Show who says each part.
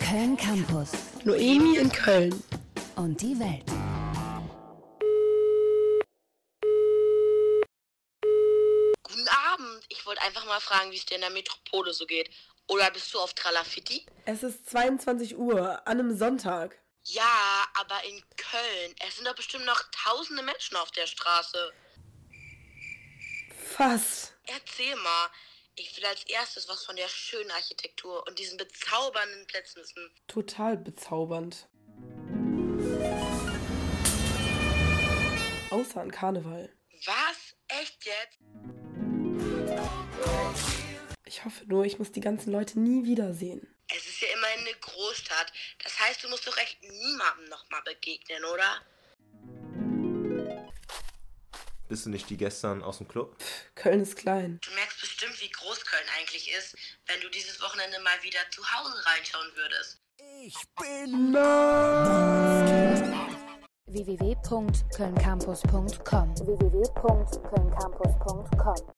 Speaker 1: Köln Campus
Speaker 2: Noemi in Köln.
Speaker 1: und die Welt.
Speaker 3: Guten Abend. Ich wollte einfach mal fragen, wie es dir in der Metropole so geht. Oder bist du auf Tralafitti?
Speaker 2: Es ist 22 Uhr an einem Sonntag.
Speaker 3: Ja, aber in Köln. Es sind doch bestimmt noch tausende Menschen auf der Straße.
Speaker 2: Fast.
Speaker 3: Erzähl mal. Ich will als erstes was von der schönen Architektur und diesen bezaubernden Plätzen wissen.
Speaker 2: Total bezaubernd. Außer an Karneval.
Speaker 3: Was? Echt jetzt?
Speaker 2: Ich hoffe nur, ich muss die ganzen Leute nie wiedersehen.
Speaker 3: Es ist ja immerhin eine Großstadt. Das heißt, du musst doch echt niemandem nochmal begegnen, oder?
Speaker 4: Bist du nicht die gestern aus dem Club?
Speaker 2: Köln ist klein.
Speaker 3: Du merkst bestimmt, wie groß Köln eigentlich ist, wenn du dieses Wochenende mal wieder zu Hause reinschauen würdest.
Speaker 1: www.kölncampus.com www.kölncampus.com